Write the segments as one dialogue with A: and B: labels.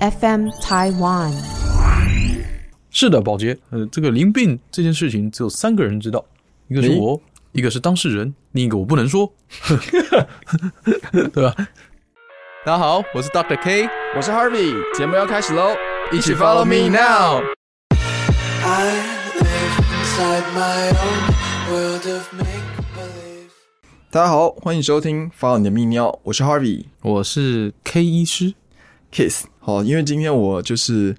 A: FM Taiwan。
B: 是的，保洁，呃，这个淋病这件事情只有三个人知道，一个是
C: 诶
B: 我，一个是当事人，另一个我不能说， 对吧？大家好，我是 Doctor K，
C: 我是 Harvey，节目要开始喽，
B: 一
C: 一
B: 起
C: 起
B: follow
C: follow
B: me
C: me
B: now
C: now。
D: I live inside my own world of make believe.
C: 大家好，欢迎收听《follow 你的泌尿》，我是 Harvey
B: 我是 K 医师，
C: Kiss。好，因为今天我就是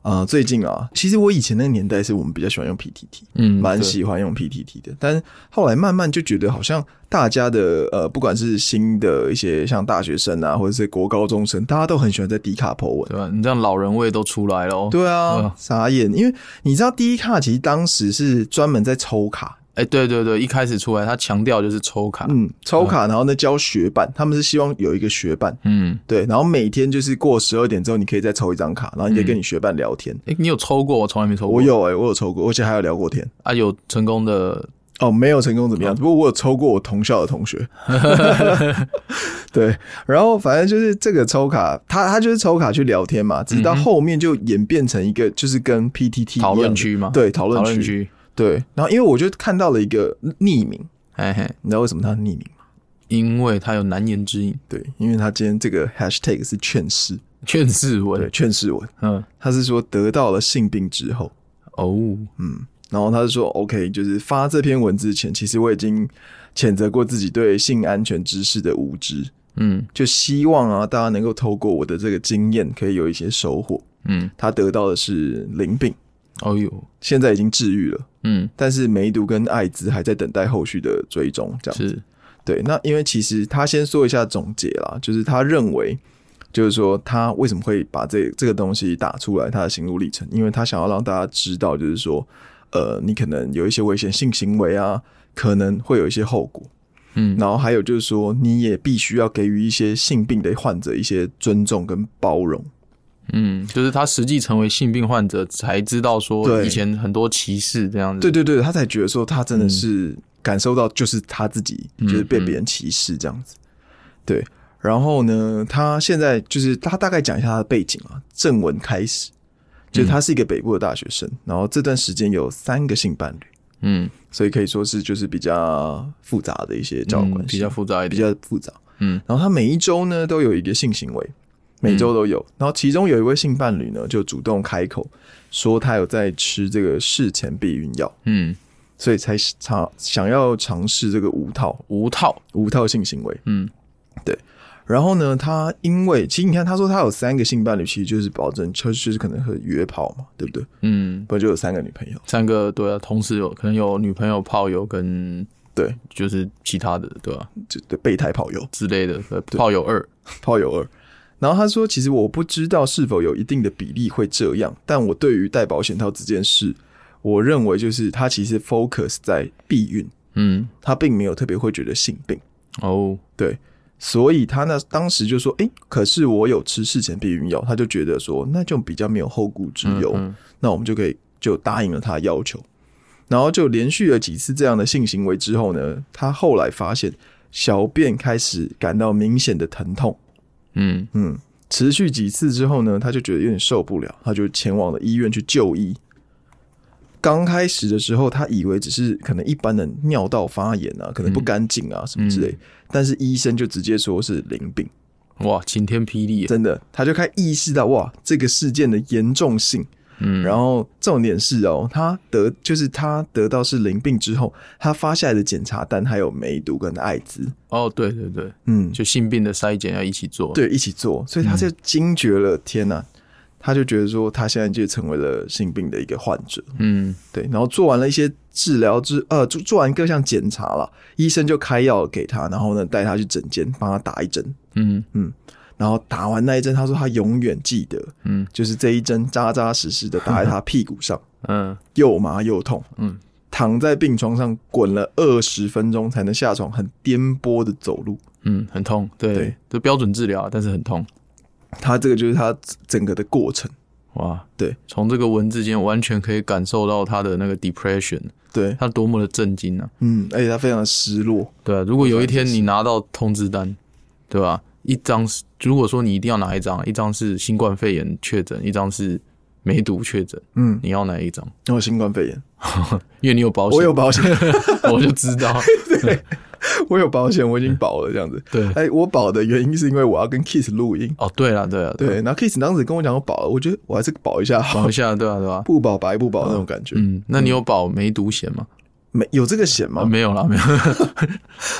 C: 呃，最近啊，其实我以前那个年代是我们比较喜欢用 PTT，
B: 嗯
C: 蛮喜欢用 PTT 的，但后来慢慢就觉得好像大家的呃，不管是新的一些像大学生啊，或者是国高中生，大家都很喜欢在迪卡 po 文。
B: 对吧？你这样老人味都出来了哦。
C: 对啊
B: 嗯，
C: 傻眼！因为你知道第一卡其实当时是专门在抽卡，
B: 哎、对对对，一开始出来他强调就是抽卡，
C: 嗯，抽卡，然后呢教学伴，他们是希望有一个学伴，
B: 嗯，
C: 对，然后每天就是过十二点之后，你可以再抽一张卡，然后你可以跟你学伴聊天。
B: 哎、你有抽过？我从来没抽过。
C: 我有哎、我有抽过，而且还有聊过天。
B: 啊，有成功的，
C: 哦，没有成功怎
B: 啊
C: 么样？不过我有抽过我同校的 同学， 对，然后反正就是这个抽卡，他他就是抽卡去聊天
B: 嗯
C: 嘛，直到后面就演变成一个就是跟 PTT 一样的
B: 讨论区吗
C: 对，讨
B: 讨
C: 论
B: 论
C: 区，
B: 区，
C: 对。然后因为我就看到了一个匿名，
B: 嘿嘿，
C: 你知道为什么他匿名吗？
B: 因为他有难言之隐，
C: 对，因为他今天这个 hashtag 是劝世，
B: 劝世
C: 对，
B: 文，
C: 劝世文，
B: 嗯，
C: 他是说得到了性病之后，
B: 哦，
C: 嗯，然后他是说 OK，就是发这篇文之前，其实我已经谴责过自己对性安全知识的无知，
B: 嗯
C: 就希望啊大家能够透过我的这个经验，可以有一些收获。
B: 嗯，
C: 他得到的是淋病，
B: 哦呦，
C: 现在已经治愈了，
B: 嗯，
C: 但是梅毒跟艾滋还在等待后续的追踪，这样子。
B: 是，
C: 对，那因为其实他先说一下总结啦，就是他认为，就是说他为什么会把这这个东西打出来，他的心路历程，因为他想要让大家知道，就是说，呃，你可能有一些危险性行为啊，可能会有一些后果。
B: 嗯
C: 然后还有就是说，你也必须要给予一些性病的患者一些尊重跟包容。
B: 嗯，就是他实际成为性病患者才知道说
C: 对
B: 以前很多歧视这样子，嗯
C: 对对对，他才觉得说他真的是感受到，就是他自己就是被别人歧视这样子。对，然后呢，他现在就是他大概讲一下他的背景啊，正文开始，就是
B: 嗯
C: 他是一个北部的大学生，然后这段时间有三个性伴侣，
B: 嗯，
C: 所以可以说是就是比较复杂的一些交
B: 嗯，
C: 往关系，
B: 比较复杂一
C: 比
B: 点，
C: 较复杂。
B: 嗯，
C: 然后他每一周呢都有一个性行为，每周都有。
B: 嗯
C: 然后其中有一位性伴侣呢就主动开口说他有在吃这个事前避孕药。
B: 嗯，
C: 所以才尝想要尝试这个无套
B: 无套，
C: 无套性行为。
B: 嗯，
C: 然后呢，他因为其实你看，他说他有三个性伴侣，其实就是保证就是可能会约炮嘛，对不对？
B: 嗯，
C: 不然就有三个女朋友。
B: 三个对啊，同时有可能有女朋友、炮友跟
C: 对，
B: 就是其他的对吧、
C: 就对备胎炮友，
B: 之类的，对炮友二，
C: 炮友二。然后他说，其实我不知道是否有一定的比例会这样，但我对于戴保险套这件事，我认为就是他其实 focus 在避孕，
B: 嗯，
C: 他并没有特别会觉得性病。
B: 哦，
C: 对，所以他那当时就说：“诶，可是我有吃事前避孕药。”他就觉得说，那就比较没有后顾之忧，
B: 嗯嗯
C: 那我们就可以就答应了他的要求。然后就连续了几次这样的性行为之后呢，他后来发现小便开始感到明显的疼痛，
B: 嗯
C: 嗯，持续几次之后呢，他就觉得有点受不了，他就前往了医院去就医。刚开始的时候，他以为只是可能一般的尿道发炎啊，可能不干净啊、什么之类，但是医生就直接说是淋病，
B: 哇，晴天霹雳，
C: 真的，他就开始意识到哇这个事件的严重性。
B: 嗯，
C: 然后重点是哦，他得就是他得到是淋病之后，他发下来的检查单还有梅毒跟艾滋，
B: 哦，对对对，
C: 嗯，
B: 就性病的筛检要一起做，，
C: 对，一起做，所以他就
B: 嗯
C: 惊觉了，天哪！他就觉得说，他现在就成为了性病的一个患者，
B: 嗯
C: 对。然后做完了一些治疗之，呃，做做完各项检查了，医生就开药给他，然后呢，带他去诊间帮他打一针，
B: 嗯
C: 然后打完那一针，他说他永远记得，
B: 嗯，
C: 就是这一针扎扎实实的打在他屁股上，
B: 嗯，
C: 又麻又痛，
B: 嗯，
C: 躺在病床上滚了二十分钟才能下床，很颠簸的走路。
B: 嗯，很痛，对，
C: 对
B: 就标准治疗，但是很痛，
C: 他这个就是他整个的过程，
B: 哇，
C: 对，
B: 从这个文字间完全可以感受到他的那个 depression，
C: 对，
B: 他多么的震惊啊！
C: 嗯，而且他非常的失落，
B: 对啊，如果有一天你拿到通知单，对吧、一张是如果说你一定要拿一张，一张是新冠肺炎确诊，一张是梅毒确诊，
C: 嗯，
B: 你要哪一张？
C: 然后新冠肺炎，
B: 因为你有保险，
C: 我有，保险，
B: 我就知 道，
C: 我有保险，我已经保了这样子。
B: 对，
C: 哎、我保的原因是因为我要跟 Kiss 录音，
B: 哦，对了，对了，
C: 对，，然后 Kiss 当时跟我讲我保了，我觉得我还是保一下好
B: 保
C: 了
B: 一，下，对啊，对吧？
C: 不保白不保那种感觉。
B: 嗯，那你有保梅毒险吗？
C: 没有这个险
B: 啊，
C: 吗？
B: 没有啦，没有，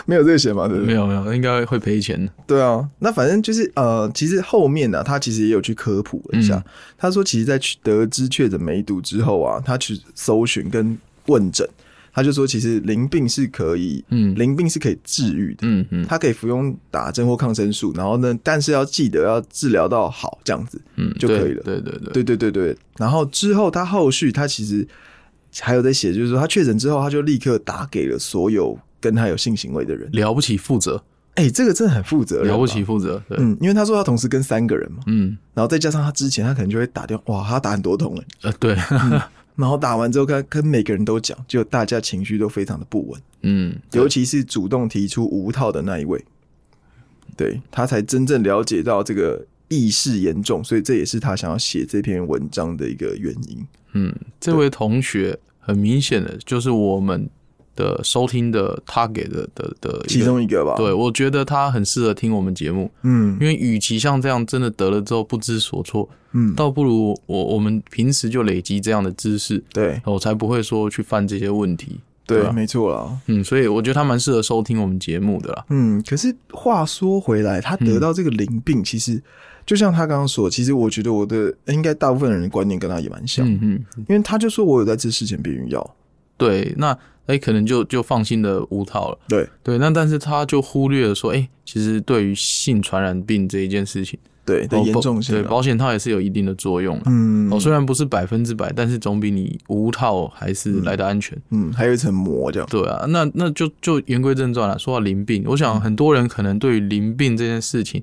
C: 没有这个险吗？对不对
B: 没？有，没有，应该会赔钱的。
C: 对啊，那反正就是呃，其实后面呢、他其实也有去科普了一下。
B: 嗯
C: 他说，其实，在去得知确诊梅毒之后啊，他去搜寻跟问诊，他就说，其实淋病是可以，
B: 嗯
C: 淋病是可以治愈的，
B: 嗯嗯
C: 他可以服用打针或抗生素，然后呢，但是要记得要治疗到好这样子。
B: 嗯，
C: 就可以了
B: 对对对对，
C: 对对对对，然后之后他后续他其实还有在写，就是说他确诊之后，他就立刻打给了所有跟他有性行为的人。
B: 了不起负责，
C: 哎、这个真的很负责任吧，
B: 了不起负责，对，
C: 嗯，因为他说他同时跟三个人嘛，
B: 嗯
C: 然后再加上他之前他可能就会打电话，哇，他打很多通哎，
B: 呃 对，
C: 然后打完之后跟跟每个人都讲，就大家情绪都非常的不稳，
B: 嗯，
C: 尤其是主动提出无套的那一位，对他才真正了解到这个意识严重，所以这也是他想要写这篇文章的一个原因。
B: 嗯， 这位同学很明显的就是我们的收听的 target 的的的一个
C: 其中一个吧，
B: 对，，我觉得他很适合听我们节目，
C: 嗯
B: 因为与其像这样真的得了之后不知所措，
C: 嗯，
B: 倒不如我我们平时就累积这样的知识，
C: 对
B: 我才不会说去犯这些问题。对
C: 对，
B: 啊
C: 没错啦。
B: 嗯，所以我觉得他蛮适合收听我们节目的啦。
C: 嗯，可是话说回来，他
B: 嗯
C: 得到这个淋病，其实就像他刚刚说，其实我觉得我的应该大部分人的观念跟他也蛮像，
B: 嗯嗯，
C: 因为他就说我有在吃事前避孕药，
B: 对，那哎、可能就就放心的无套了。
C: 对
B: 对，那但是他就忽略了说，哎、其实对于性传染病这一件事情
C: 对的
B: 哦
C: 严
B: 保
C: 重性
B: 对
C: 啊、
B: 保险套也是有一定的作用啦
C: 嗯
B: 哦，虽然不是百分之百，但是总比你无套还是来的安全。
C: 嗯，还有一层膜这样，
B: 对啊，那那就就言归正传了。说到淋病，我
C: 嗯
B: 想很多人可能对于淋病这件事情，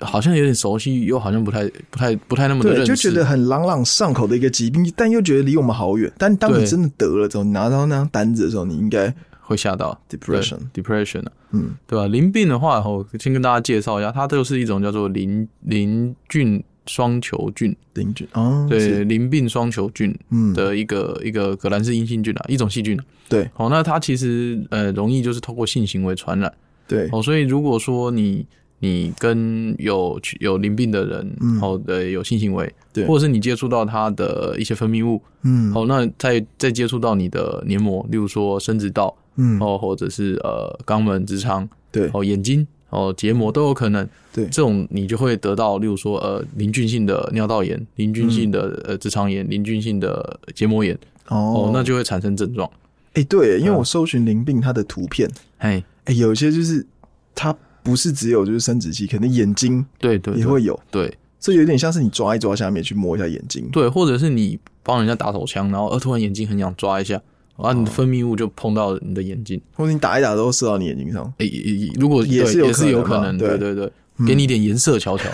B: 好像有点熟悉，又好像不太不太不太那么的认识。
C: 对，就觉得很朗朗上口的一个疾病，但又觉得离我们好远。但当你
B: 对
C: 真的得了之后，你拿到那张单子的时候，你应该
B: 会吓到
C: depression，
B: 对 depression 啊，
C: 嗯
B: 对吧、淋病的话，我先跟大家介绍一下，它就是一种叫做淋淋菌双球菌，
C: 邻居哦，是，
B: 对，淋病双球菌
C: 嗯，
B: 的一个、一个革兰氏阴性菌啊，一种细菌、啊。
C: 对
B: 哦，那它其实呃容易就是透过性行为传染。
C: 对，
B: 哦，所以如果说你你跟有去有淋病的人，
C: 嗯
B: 哦的有性行为，
C: 对
B: 或者是你接触到他的一些分泌物，
C: 嗯
B: 哦，那再再接触到你的黏膜，例如说生殖道，
C: 嗯，
B: 哦，或者是呃肛门、直肠，
C: 对
B: 哦眼睛。哦，结膜都有可能，
C: 对
B: 这种你就会得到，例如说，呃，淋菌性的尿道炎、淋
C: 嗯
B: 菌性的、呃直肠炎、淋菌性的结膜炎，哦
C: 哦，，
B: 那嗯就会产生症状。
C: 哎对，因为我搜寻淋病它的图片，
B: 哎，
C: 哎，有一些就是它不是只有就是生殖器，可能眼睛
B: 对对
C: 也
B: 对
C: 会有，
B: 对
C: 所以有点像是你抓一抓下面去摸一下眼睛，
B: 对，或者是你帮人家打手枪，然后呃突然眼睛很痒，抓一下，啊，你的
C: 哦
B: 分泌物就碰到你的眼睛，
C: 或者你打一打都射到你眼睛上。
B: 诶、也也如果
C: 也
B: 对
C: 是有
B: 也是有
C: 可
B: 可能，
C: 能嘛对嗯
B: 对对对，给你一点颜色瞧 瞧，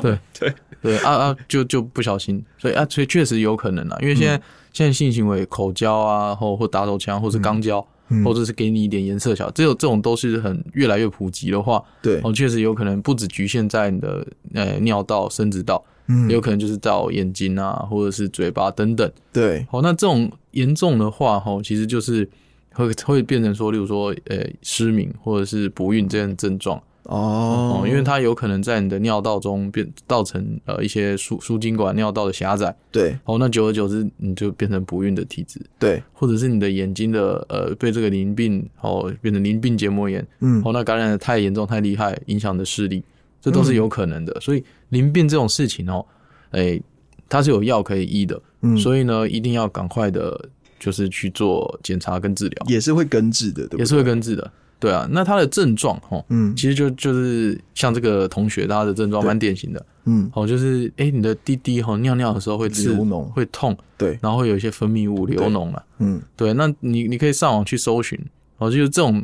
B: 对
C: 对
B: 对啊啊，就就不小心，所以啊，所以确实有可能啊，因为现在、
C: 嗯
B: 现在性行为口交啊，或或打手枪，或是肛交，
C: 嗯
B: 或者是给你一点颜色瞧，只有这种都是很越来越普及的话，
C: 对，
B: 哦，确实有可能不只局限在你的呃尿道、生殖道，
C: 嗯
B: 也有可能就是到眼睛啊，或者是嘴巴等等。
C: 对，
B: 好，那这种严重的话，哈，其实就是会会变成说，例如说，呃，失明或者是不孕这样的症状
C: 哦
B: 哦，，因为它有可能在你的尿道中变造成呃一些输输精管尿道的狭窄，
C: 对
B: 哦，那久而久之你就变成不孕的体质，
C: 对，
B: 或者是你的眼睛的呃被这个淋病哦变成淋病结膜炎，
C: 嗯，
B: 哦，那感染的太严重太厉害，影响你的视力，这都是有可能的。所以淋病这种事情哦，哎、它是有药可以医的。
C: 嗯
B: 所以呢，一定要赶快的，就是去做检查跟治疗，
C: 也是会根治的，对不对？
B: 也是会根治的。对啊，那他的症状哦，
C: 嗯
B: 其实就就是像这个同学他的症状
C: 对
B: 蛮典型的
C: 嗯，
B: 哦，就是哎、诶你的滴滴哦，尿尿的时候会刺
C: 流脓
B: 会痛，
C: 对，
B: 然后会有一些分泌物流脓了。
C: 嗯
B: 对，那你你可以上网去搜寻哦，就是这种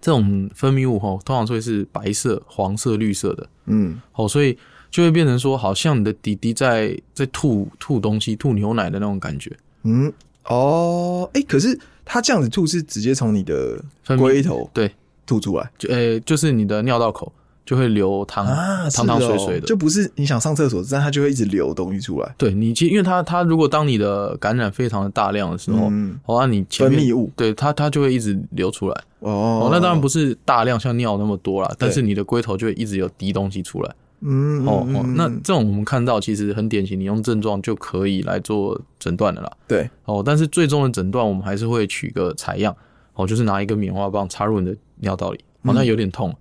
B: 这种分泌物哦，通常会是白色、黄色、绿色的
C: 嗯，
B: 哦，所以就会变成说，好像你的滴滴在在吐吐东西、吐牛奶的那种感觉。
C: 嗯，哦，哎、可是它这样子吐是直接从你的
B: 分泌
C: 龟头
B: 对，
C: 吐出来，
B: 就呃、就是你的尿道口，就会流汤、
C: 啊，
B: 汤汤水水
C: 是哦
B: 的。
C: 就不是你想上厕所，但它就会一直流东西出来。
B: 对你，其实因为它它如果当你的感染非常的大量的时候，
C: 嗯
B: 好、啊，你前面
C: 分泌物
B: 对它它就会一直流出来。
C: 哦
B: 哦，那当然不，是大量像尿那么多啦，但
C: 对
B: 是你的龟头就会一直有滴东西出来。
C: 嗯，
B: 哦
C: 嗯
B: 哦，
C: 嗯
B: 那
C: 嗯
B: 这种我们看到其实很典型，你用症状就可以来做诊断的啦。
C: 对，
B: 哦，但是最终的诊断我们还是会取个采样，哦，就是拿一个棉花棒插入你的尿道里，好、
C: 嗯
B: 像有点痛。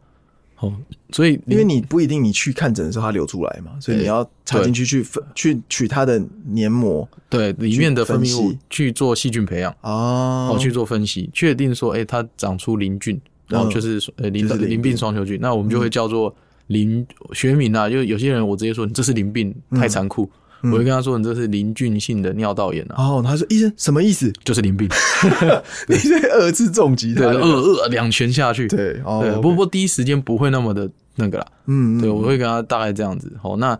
B: 哦，所以
C: 因为你不一定你去看诊的时候它流出来嘛，所以
B: 对
C: 你要插进去去分去取它的黏膜
B: 对里面的分泌
C: 分
B: 物
C: 析
B: 去做细菌培养。
C: 哦
B: 哦，去做分析，确定说，哎、它长出鳞菌，哦，
C: 嗯
B: 就是说呃鳞
C: 就是
B: 鳞
C: 鳞嗯
B: 病
C: 病
B: 双球菌，那我们就会叫做鳞学名啊，就有些人我直接说你这是鳞病，啊
C: 嗯
B: 太残酷，我会跟他说你这是鳞菌性的尿道炎啊，
C: 哦，他说医生什么意思？
B: 就是 鳞病，
C: 你这二次重击
B: 对，
C: 他，
B: 二二两拳下去，
C: 对哦
B: 对，，不过第一时间不会那么的那个啦，
C: 嗯，嗯
B: 对，我会跟他大概这样子，哦，那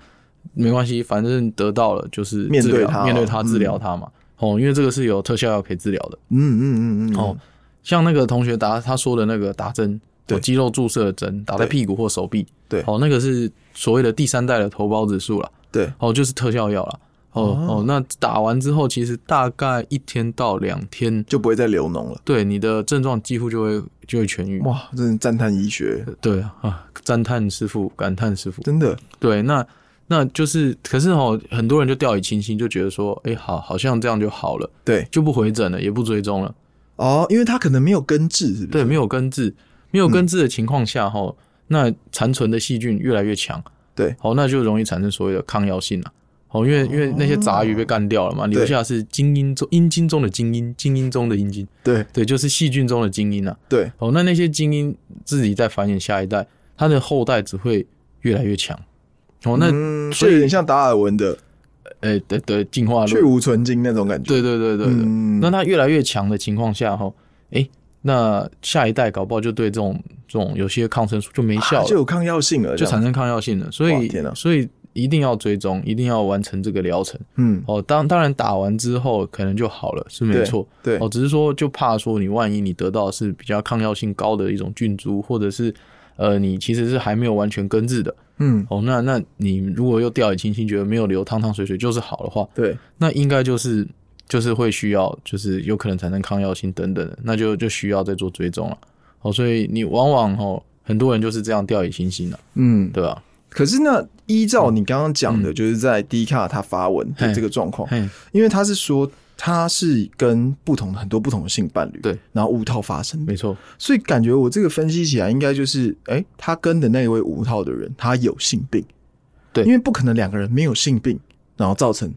B: 没关系，反正得到了就是
C: 面
B: 治
C: 对
B: 疗
C: 它
B: 面对
C: 哦
B: 它治
C: 嗯
B: 疗它嘛，哦，因为这个是有特效药可以治疗的。
C: 嗯嗯嗯嗯
B: 哦，，像那个同学打他说的那个打针，
C: 对
B: 哦肌肉注射的针，打在
C: 对
B: 屁股或手臂，
C: 对
B: 哦，那个是所谓的第三代的头孢指数了，
C: 对，
B: 哦，就是特效药了，哦
C: 哦
B: 哦，那打完之后，其实大概一天到两天，
C: 就不会再流脓了。
B: 对你的症状几乎就会就会痊愈。
C: 哇，真的赞叹医学，
B: 对啊，赞叹师傅，感叹师傅。
C: 真的，
B: 对，那那就是，可是哦，很多人就掉以轻心，就觉得说，哎、好，好像这样就好了，
C: 对
B: 就不回诊了，也不追踪了。
C: 哦，因为他可能没有根治，是不
B: 对，
C: 是？
B: 没有根治，没有
C: 嗯
B: 根治的情况下，哈、那残存的细菌越来越强，
C: 对
B: 好，那就容易产生所谓的抗药性了。哦，因为因为那些杂鱼被干掉
C: 哦
B: 了嘛，留下是精英中阴茎中的精英，精英中的阴茎，
C: 对
B: 对，就是细菌中的精英啊。
C: 对
B: 哦，那那些精英自己在繁衍下一代，它的后代只会越来越强。哦，那
C: 嗯
B: 所以
C: 就有点像达尔文的
B: 呃对对，进化
C: 去
B: 论，
C: 无存精那种感觉。
B: 对对对对对。
C: 嗯
B: 那它越来越强的情况下，哈，诶，那下一代搞不好就对这种这种有些抗生素就没效了，
C: 啊就有抗药性了，
B: 就
C: 这样
B: 产生抗药性了。所
C: 哇
B: 以
C: 天哪
B: 所以一定要追踪，一定要完成这个疗程。
C: 嗯，
B: 哦，当当然打完之后可能就好了，是没
C: 对
B: 错。
C: 对
B: 哦，只是说就怕说你万一你得到的是比较抗药性高的一种菌株，或者是呃你其实是还没有完全根治的。
C: 嗯，
B: 哦，那那你如果又掉以轻心，觉得没有流汤汤水水就是好的话，
C: 对，
B: 那应该就是就是会需要，就是有可能产生抗药性等等的，那就就需要再做追踪了。哦，所以你往往哦，很多人就是这样掉以轻心了、
C: 嗯。
B: 对吧、
C: 可是呢，依照你刚刚讲的，就是在 D 卡他发文的
B: 嗯嘿
C: 这个状况，
B: 嘿，
C: 因为他是说他是跟不同很多不同的性伴侣，
B: 对，
C: 然后无套发生的
B: 没，错，
C: 所以感觉我这个分析起来应该就是，哎、他跟的那位无套的人他有性病，
B: 对
C: 因为不可能两个人没有性病，然后造成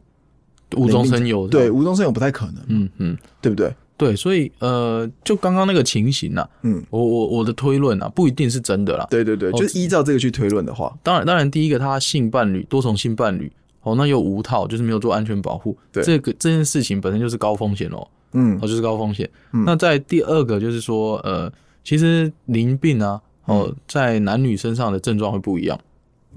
B: 无中生有。
C: 对，无中生有不太可能，
B: 嗯嗯，
C: 对不对？
B: 对，所以呃，就刚刚那个情形啊，
C: 嗯，
B: 我我我的推论啊，不一定是真的啦。
C: 对对对，
B: 哦
C: 就是依照这个去推论的话，
B: 当然，当然，第一个他性伴侣多重性伴侣，哦，那又无套，就是没有做安全保护，
C: 对
B: 这个这件事情本身就是高风险哦。
C: 嗯
B: 哦，就是高风险。
C: 嗯
B: 那在第二个就是说，呃，其实淋病啊，哦，
C: 嗯
B: 在男女身上的症状会不一样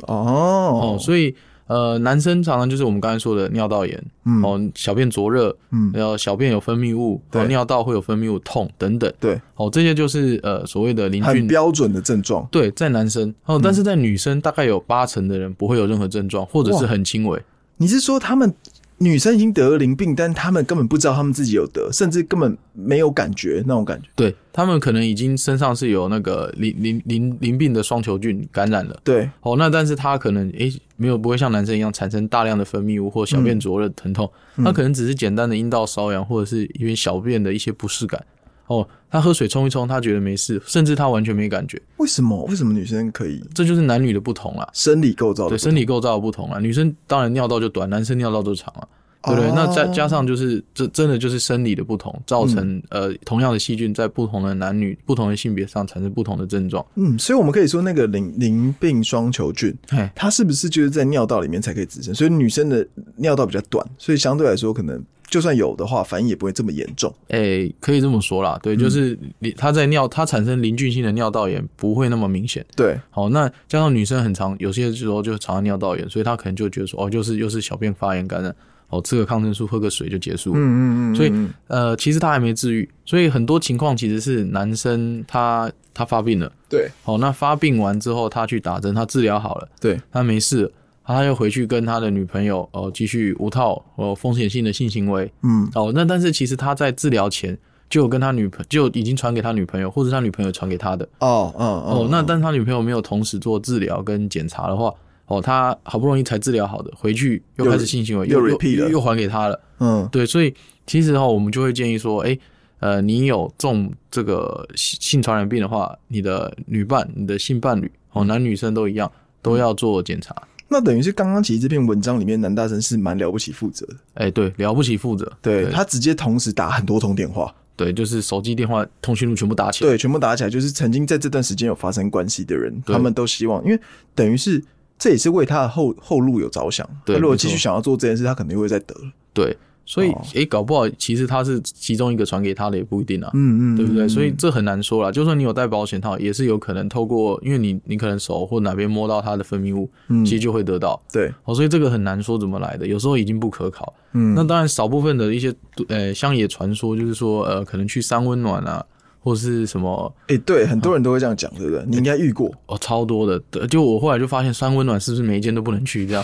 B: 哦，
C: 哦，
B: 所以呃，男生常常就是我们刚才说的尿道炎，
C: 嗯
B: 哦，小便灼热，
C: 嗯
B: 然后小便有分泌物，哦，
C: 对
B: 尿道会有分泌物痛等等，
C: 对，
B: 哦，这些就是呃所谓的淋
C: 很
B: 菌。
C: 标嗯准的症状，
B: 对，在男生哦，但是在女生大概有八成的人不会有任何症状，或者是
C: 哇
B: 很轻微。
C: 你是说他们女生已经得了淋病，但他们根本不知道他们自己有得，甚至根本没有感觉那种感觉？
B: 对他们可能已经身上是有那个淋淋淋淋病的双球菌感染了，
C: 对，
B: 哦，那但是他可能诶、没有不会像男生一样产生大量的分泌物或小便灼热疼痛，他可能只是简单的阴道瘙痒或者是因为小便的一些不适感。哦，他喝水冲一冲，他觉得没事，甚至他完全没感觉，
C: 为什么？为什么女生可以
B: 这就是男女的不同啦。
C: 生理构造的
B: 对，身体构造的不同啦，女生当然尿道就短，男生尿道就长啊，对不对？
C: 哦
B: 那再加上就是这真的就是生理的不同，造成、呃同样的细菌在不同的男女、不同的性别上产生不同的症状。
C: 嗯，所以我们可以说那个淋淋病双球菌，
B: 嘿，
C: 它是不是就是在尿道里面才可以滋生？所以女生的尿道比较短，所以相对来说可能就算有的话，反应也不会这么严重。
B: 诶、可以这么说啦，对，就是你它在尿，它产生邻近性的尿道炎不会那么明显。
C: 对，
B: 好，那加上女生很常有些时候就常常尿道炎，所以她可能就觉得说，哦，就是又是小便发炎感染，哦，吃个抗生素，喝个水就结束了。
C: 嗯嗯嗯，
B: 所以
C: 嗯
B: 呃，其实她还没治愈，所以很多情况其实是男生他他发病了，
C: 对
B: 哦，那发病完之后他去打针，他治疗好了，
C: 对
B: 他没事了，他又回去跟他的女朋友哦继续无套哦风险性的性行为，
C: 嗯
B: 哦，那但是其实他在治疗前就有跟他女朋就已经传给他女朋友，或者他女朋友传给他的。
C: 哦嗯
B: 哦，那但他女朋友没有同时做治疗跟检查的话，哦，他好不容易才治疗好的，回去又
C: 又
B: 开始性行为，
C: 又
B: 又
C: repeat 了
B: 又还给他了。
C: 嗯
B: 对，所以其实哈、哦，我们就会建议说，哎、呃，你有中这个性性传染病的话，你的女伴、你的性伴侣，哦，男女生都一样，都要做检查。
C: 那等于是刚刚其实这篇文章里面男大生是蛮了不起负责的，
B: 哎、对，了不起负责，
C: 对他直接同时打很多通电话，
B: 对，就是手机、电话、通讯录全部打起来。
C: 对，全部打起来，就是曾经在这段时间有发生关系的人，
B: 对
C: 他们都希望，因为等于是这也是为他的后后路有着想，
B: 对
C: 他如果
B: 没错
C: 继续想要做这件事，他可能又会再得了，
B: 对，所以
C: 哦
B: 诶、搞不好其实他是其中一个传给他的，也不一定啊，
C: 嗯
B: 对不对？所以这很难说啦。就算你有戴保险套，也是有可能透过，因为你你可能手或哪边摸到它的分泌物，
C: 嗯
B: 其实就会得到。
C: 对，
B: 哦，所以这个很难说怎么来的，有时候已经不可考。
C: 嗯
B: 那当然，少部分的一些呃乡野传说，就是说呃，可能去三温暖啊，或是什么
C: 哎、对，很多人都会这样讲，对不对？你应该遇过，
B: 哦，超多的。对就我后来就发现，三温暖是不是每一间都不能去这样？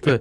B: 对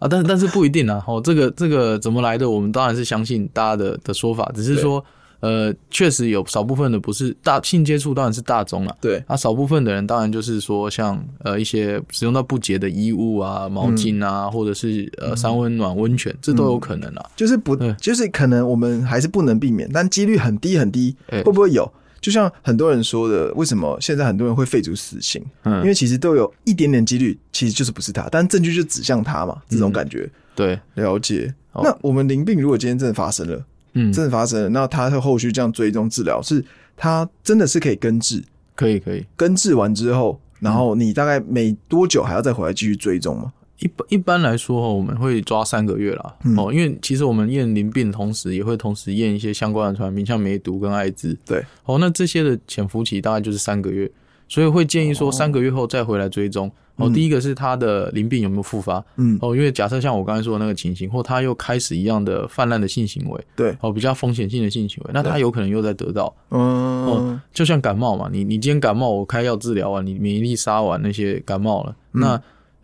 B: 啊，但但是不一定啊。哦，这个这个怎么来的？我们当然是相信大家的的说法，只是说呃，确实有少部分的不是大性接触，当然是大宗了。
C: 对，
B: 啊，少部分的人当然就是说像，呃一些使用到不洁的衣物啊、毛巾啊，或者是呃三温暖、温泉，这都有可能啊。
C: 就是不
B: 对，
C: 就是可能我们还是不能避免，但几率很低很低，
B: 哎
C: 会不会有？就像很多人说的，为什么现在很多人会废除死刑？
B: 嗯
C: 因为其实都有一点点几率，其实就是不是他，但证据就指向他嘛，这种感觉。
B: 对，
C: 了解。
B: 嗯好
C: 那我们淋病如果今天真的发生了，
B: 嗯，
C: 真的发生了，那他后续这样追踪治疗，是他真的是可以根治，
B: 可以可以。
C: 根治完之后，然后你大概每多久还要再回来继续追踪吗？
B: 一般一般来说哦，我们会抓三个月啦。
C: 嗯
B: 哦，因为其实我们验淋病，同时也会同时验一些相关的传染病，像梅毒跟艾滋。
C: 对，
B: 哦，那这些的潜伏期大概就是三个月，所以会建议说三个月后再回来追踪。哦，
C: 哦嗯
B: 第一个是他的淋病有没有复发？
C: 嗯，
B: 哦，因为假设像我刚才说的那个情形，或他又开始一样的泛滥的性行为，
C: 对，
B: 哦，比较风险性的性行为，那他有可能又在得到，
C: 嗯，
B: 就像感冒嘛，你你今天感冒，我开药治疗完，你免疫力杀完那些感冒了，
C: 嗯
B: 那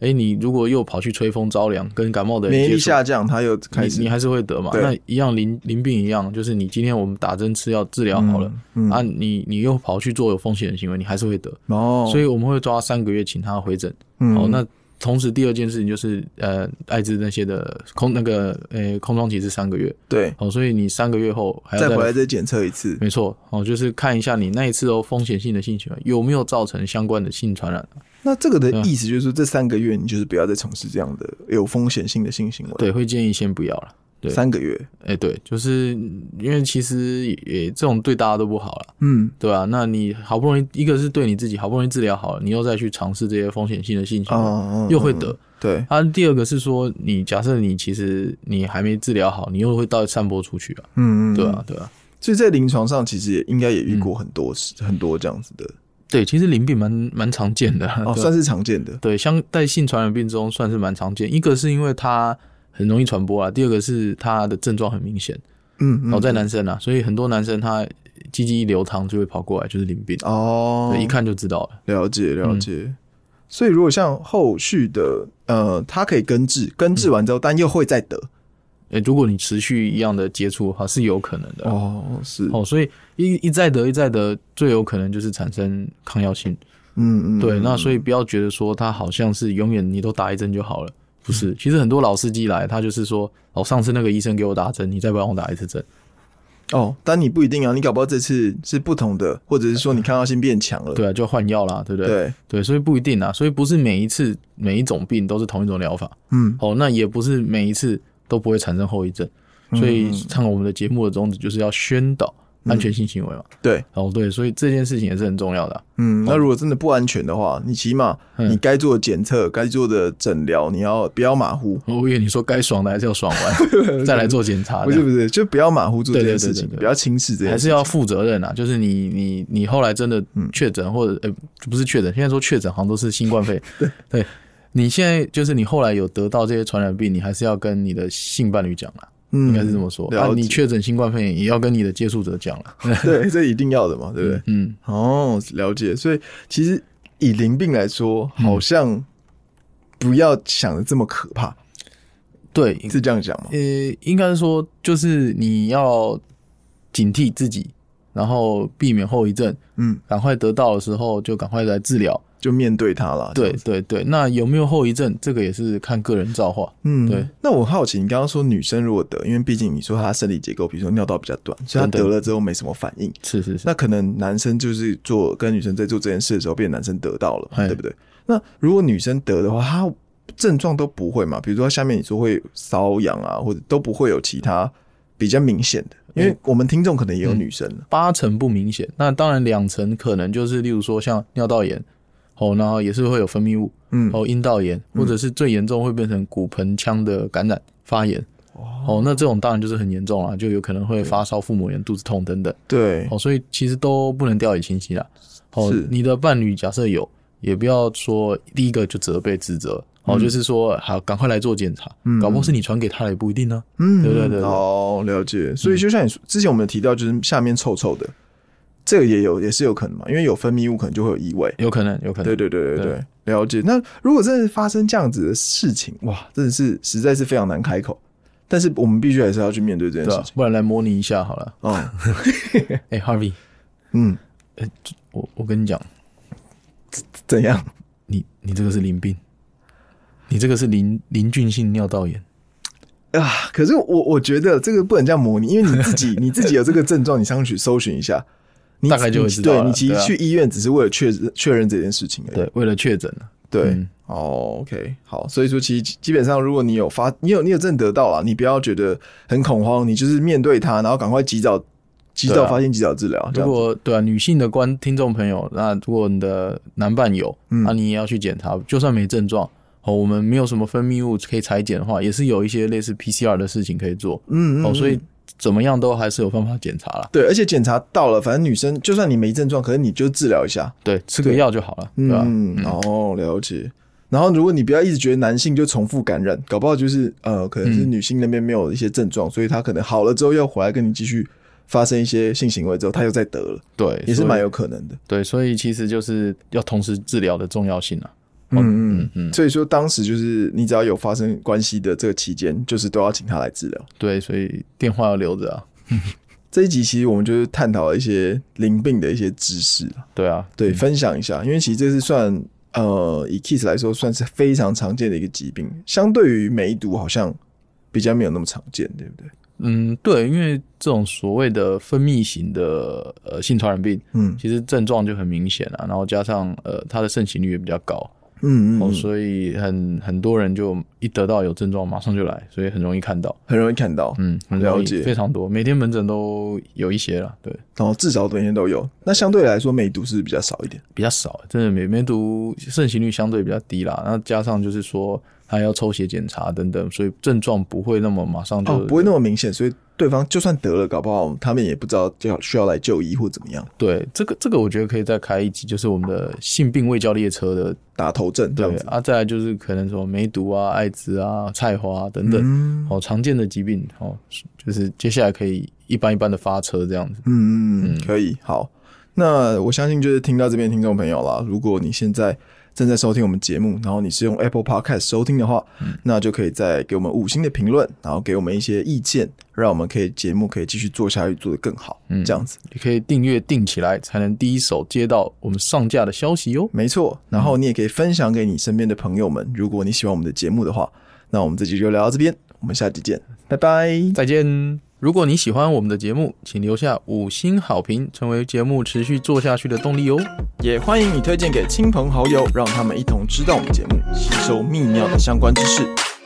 B: 哎、诶你如果又跑去吹风着凉，跟感冒的人
C: 免疫
B: 接
C: 力
B: 触，
C: 下降，他又开
B: 你你
C: 始
B: 还是会得嘛，
C: 对
B: 那一样淋淋病一样，就是你今天我们打针吃药治疗好了，
C: 嗯嗯
B: 啊，你你又跑去做有风险的行为，你还是会得，
C: 哦，
B: 所以我们会抓三个月请他回诊，
C: 嗯
B: 哦，那同时第二件事情就是呃，艾滋那些的空那个呃空窗期是三个月，
C: 对，
B: 哦，所以你三个月后还要
C: 再
B: 再
C: 回来再检测一次。
B: 没错，哦，就是看一下你那一次哦风险性的性行为有没有造成相关的性传染，
C: 那这个的
B: 啊
C: 意思就是说，这三个月你就是不要再从事这样的有风险性的性行为。，
B: 对，会建议先不要了。对
C: 三个月。
B: 哎、对，就是因为其实也也这种对大家都不好了，
C: 嗯，
B: 对吧、那你好不容易一个是对你自己好不容易治疗好了，你又再去尝试这些风险性的性行为，
C: 哦，嗯
B: 又会得。。
C: 对，
B: 啊，第二个是说，你假设你其实你还没治疗好，你又会到散播出去啊，
C: 嗯嗯，
B: 对啊，对嗯啊。
C: 所以在临床上其实也应该也遇过很多、很多这样子的，
B: 对，其实淋病蛮蛮常见的，
C: 哦，
B: 啊对
C: 算是常见的。
B: 对，相在性传染病中算是蛮常见。一个是因为它很容易传播啊，第二个是它的症状很明显，
C: 嗯，嗯
B: 然后在男生啊，所以很多男生他鸡鸡一流淌就会跑过来，就是淋病，
C: 哦，
B: 对，一嗯看就知道了。
C: 了解了解。所以如果像后续的，呃，它可以根治，根
B: 嗯
C: 治完之后，但又会再得。
B: 诶，如果你持续一样的接触的话，是有可能的啊。
C: 哦，是，
B: 哦，所以一一再得一再得，最有可能就是产生抗药性。
C: 嗯嗯，
B: 对，那所
C: 以
B: 以不要觉得说他好像是永远你都打一针就好了，不
C: 嗯
B: 是。其实很多老司机来，他就是说，哦，上次那个医生给我打针，你再帮我打一次针。
C: 哦，但你不一定啊，你搞不好这次是不同的，或者是说你抗药性变强了。
B: 对啊，就换药啦，对不对？
C: 对，
B: 对，所以不一定啊，所以不是每一次每一种病都是同一种疗法
C: 嗯，
B: 哦，那也不是
C: 嗯
B: 每一次都不会产生后遗症，所以看我们的节目的宗旨就是要宣导安全性行为嘛。
C: 对，
B: 哦，对，所以这件事情也是很重要的啊、
C: 嗯，那如果真的不安全的话，你起码
B: 嗯
C: 你该做的检测、该做的诊疗，你要不要马虎？
B: 哦我以为你说该爽的还是要爽 完，再来做检查
C: 不
B: 这
C: 是
B: 样，
C: 不是，就不要马虎做这件
B: 对对对
C: 事情，
B: 对对
C: 不要轻视这件
B: 还
C: 事
B: 是
C: 情。
B: 要负责任啊。就是你你你后来真的
C: 嗯
B: 确诊或者呃不是确诊，现在说确诊好像都是新冠肺 炎。对对，你现在就是你后来有得到这些传染病，你还是要跟你的性伴侣讲啊啦，
C: 嗯
B: 应该是这么说。
C: 了
B: 啊，你
C: 解
B: 确诊新冠肺炎也要跟你的接触者讲啦。
C: 对， 这一定要的嘛，对不对？
B: 嗯，
C: 哦，了解。所以其实以淋病来说，
B: 嗯
C: 好像不要想的这么可怕，
B: 对，
C: 是这样讲吗？
B: 呃，应该说就是你要警惕自己，然后避免后遗症，
C: 嗯，
B: 赶快得到的时候就赶快来治疗。
C: 就面对它啊了。这
B: 对
C: 样子，
B: 对对，那有没有后遗症，这个也是看个人造化。
C: 嗯，
B: 对。
C: 那我好奇，你刚刚说女生如果得，因为毕竟你说她生理结构，比如说尿道比较短，所以她
B: 对
C: 得
B: 对
C: 了之后没什么反应。
B: 嗯是是是，
C: 那可能男生就是做跟女生在做这件事的时候，被男生得到了嘛，
B: 哎
C: 对不对？那如果女生得的话，她症状都不会嘛？比如说下面你说会瘙痒啊，或者都不会有其他比较明显的，因为我们听众可能也
B: 嗯
C: 有女生啊了，
B: 八成不明显，那当然两成可能就是例如说像尿道炎，哦，然后也是会有分泌物，
C: 嗯，
B: 哦，阴道炎，或者是最严重会变成骨盆腔的感染发炎。哦，那这种当然就是很严重了，就有可能会发烧、腹膜炎、肚子痛等等。
C: 对，
B: 哦，所以其实都不能掉以轻心啦。哦
C: 是，
B: 你的伴侣假设有，也不要说第一个就责备指责。哦，就是说，好，赶快来做检查，
C: 嗯
B: 搞不好是你传给他的也不一定呢、
C: 嗯
B: 对对对对嗯
C: 哦，了解。所以就像你说，之前我们有提到，就是下面臭臭的，这个也有也是有可能嘛，因为有分泌物可能就会有异味，
B: 有可能，有可能。
C: 对对对对对
B: 对，
C: 了解。那如果真的发生这样子的事情，哇，真的是实在是非常难开口。但是我们必须还是要去面对这件
B: 对
C: 事
B: 啊
C: 情。
B: 不然来模拟一下好了。
C: 哦，
B: 哎、h a r v e y
C: 嗯，
B: 我我跟你讲，
C: 怎样？
B: 你你这个是淋病，你这个是淋淋菌性尿道炎。
C: 啊！可是我我觉得这个不能这样模拟，因为你自 己你自己有这个症状，你上去搜寻一下，你
B: 大概就会知道
C: 对
B: 了
C: 你其实
B: 对啊
C: 去医院只是为了确认确认这件事情而已。
B: 对，为了确诊啊
C: 对，
B: 嗯
C: 哦，OK，好，所以说其实基本上，如果你有发，你有你有真的得到了，你不要觉得很恐慌，你就是面对它，然后赶快及早及
B: 对
C: 早
B: 啊
C: 发现，及早治疗。这
B: 如
C: 样子
B: 果对啊，女性的观听众朋友，那如果你的男伴有，
C: 嗯
B: 那、你也要去检查，就算没症状。哦，我们没有什么分泌物可以裁剪的话，也是有一些类似 PCR 的事情可以做。
C: 嗯嗯
B: 哦，所
C: 嗯
B: 以怎么样都还是有办法检查啦。
C: 对，而且检查到了，反正女生就算你没症状，可是你就治疗一下，
B: 对，吃个
C: 对
B: 药就好了，对吧、
C: 嗯，哦，了解。然后，如果你不要一直觉得男性就重复感染，搞不好就是呃，可能是
B: 嗯
C: 女性那边没有一些症状，所以她可能好了之后又回来跟你继续发生一些性行为之后，她又再得了，
B: 对，
C: 也是
B: 所以
C: 蛮有可能的。
B: 对，所以其实就是要同时治疗的重要性啊。
C: 嗯嗯
B: 嗯嗯
C: 所以说当时就是你只要有发生关系的这个期间，就是都要请她来治疗。
B: 对，所以电话要留着啊。
C: 这一集其实我们就是探讨了一些淋病的一些知识啊
B: 对啊，
C: 对，分享一下，因为其实这是算呃，以 Kiss 来说，算是非常常见的一个疾病，相对于梅毒好像比较没有那么常见，对不对？
B: 嗯，对，因为这种所谓的分泌型的呃性传染病，
C: 嗯
B: 其实症状就很明显啊，然后加上呃它的盛行率也比较高，
C: 嗯
B: 哦，
C: 嗯，
B: 所以很很多人就一得到有症状马上就来，所以很容易看到，
C: 很容易看到，
B: 嗯，很容易
C: 了解
B: 非常多，每天门诊都有一些了，对，
C: 然后至少每天都有。那相对来说，梅毒是比较少一点，
B: 比较少，真的梅梅毒盛行率相对比较低啦，然后加上就是说他要抽血检查等等，所以症状不会那么马上就、
C: 哦，不会那么明显，所以对方就算得了，搞不好他们也不知道要需要来就医或怎么样，
B: 对这个这个我觉得可以再开一集，就是我们的性病未教列车的
C: 打头阵这
B: 对
C: 样子。
B: 啊，再来就是可能什么梅毒啊、艾滋啊、菜花、啊、等等、
C: 嗯
B: 哦常见的疾病哦，就是接下来可以一般一般的发车这样子。
C: 嗯，嗯，
B: 嗯
C: 可以，好。那我相信就是听到这边的听众朋友啦，如果你现在正在收听我们节目，然后你是用 Apple Podcast 收听的话，那就可以再给我们五星的评论，然后给我们一些意见，让我们可以节目可以继续做下去，做得更好，
B: 嗯
C: 这样子。
B: 你可以订阅订起来，才能第一手接到我们上架的消息哟。
C: 没错，然后你也可以分享给你身边的朋友们。如果你喜欢我们的节目的话，那我们这集就聊到这边，我们下期见，拜拜。
B: 再见！如果你喜欢我们的节目，请留下五星好评，成为节目持续做下去的动力哦。
C: 也欢迎你推荐给亲朋好友，让他们一同知道我们节目，吸收泌尿的相关知识。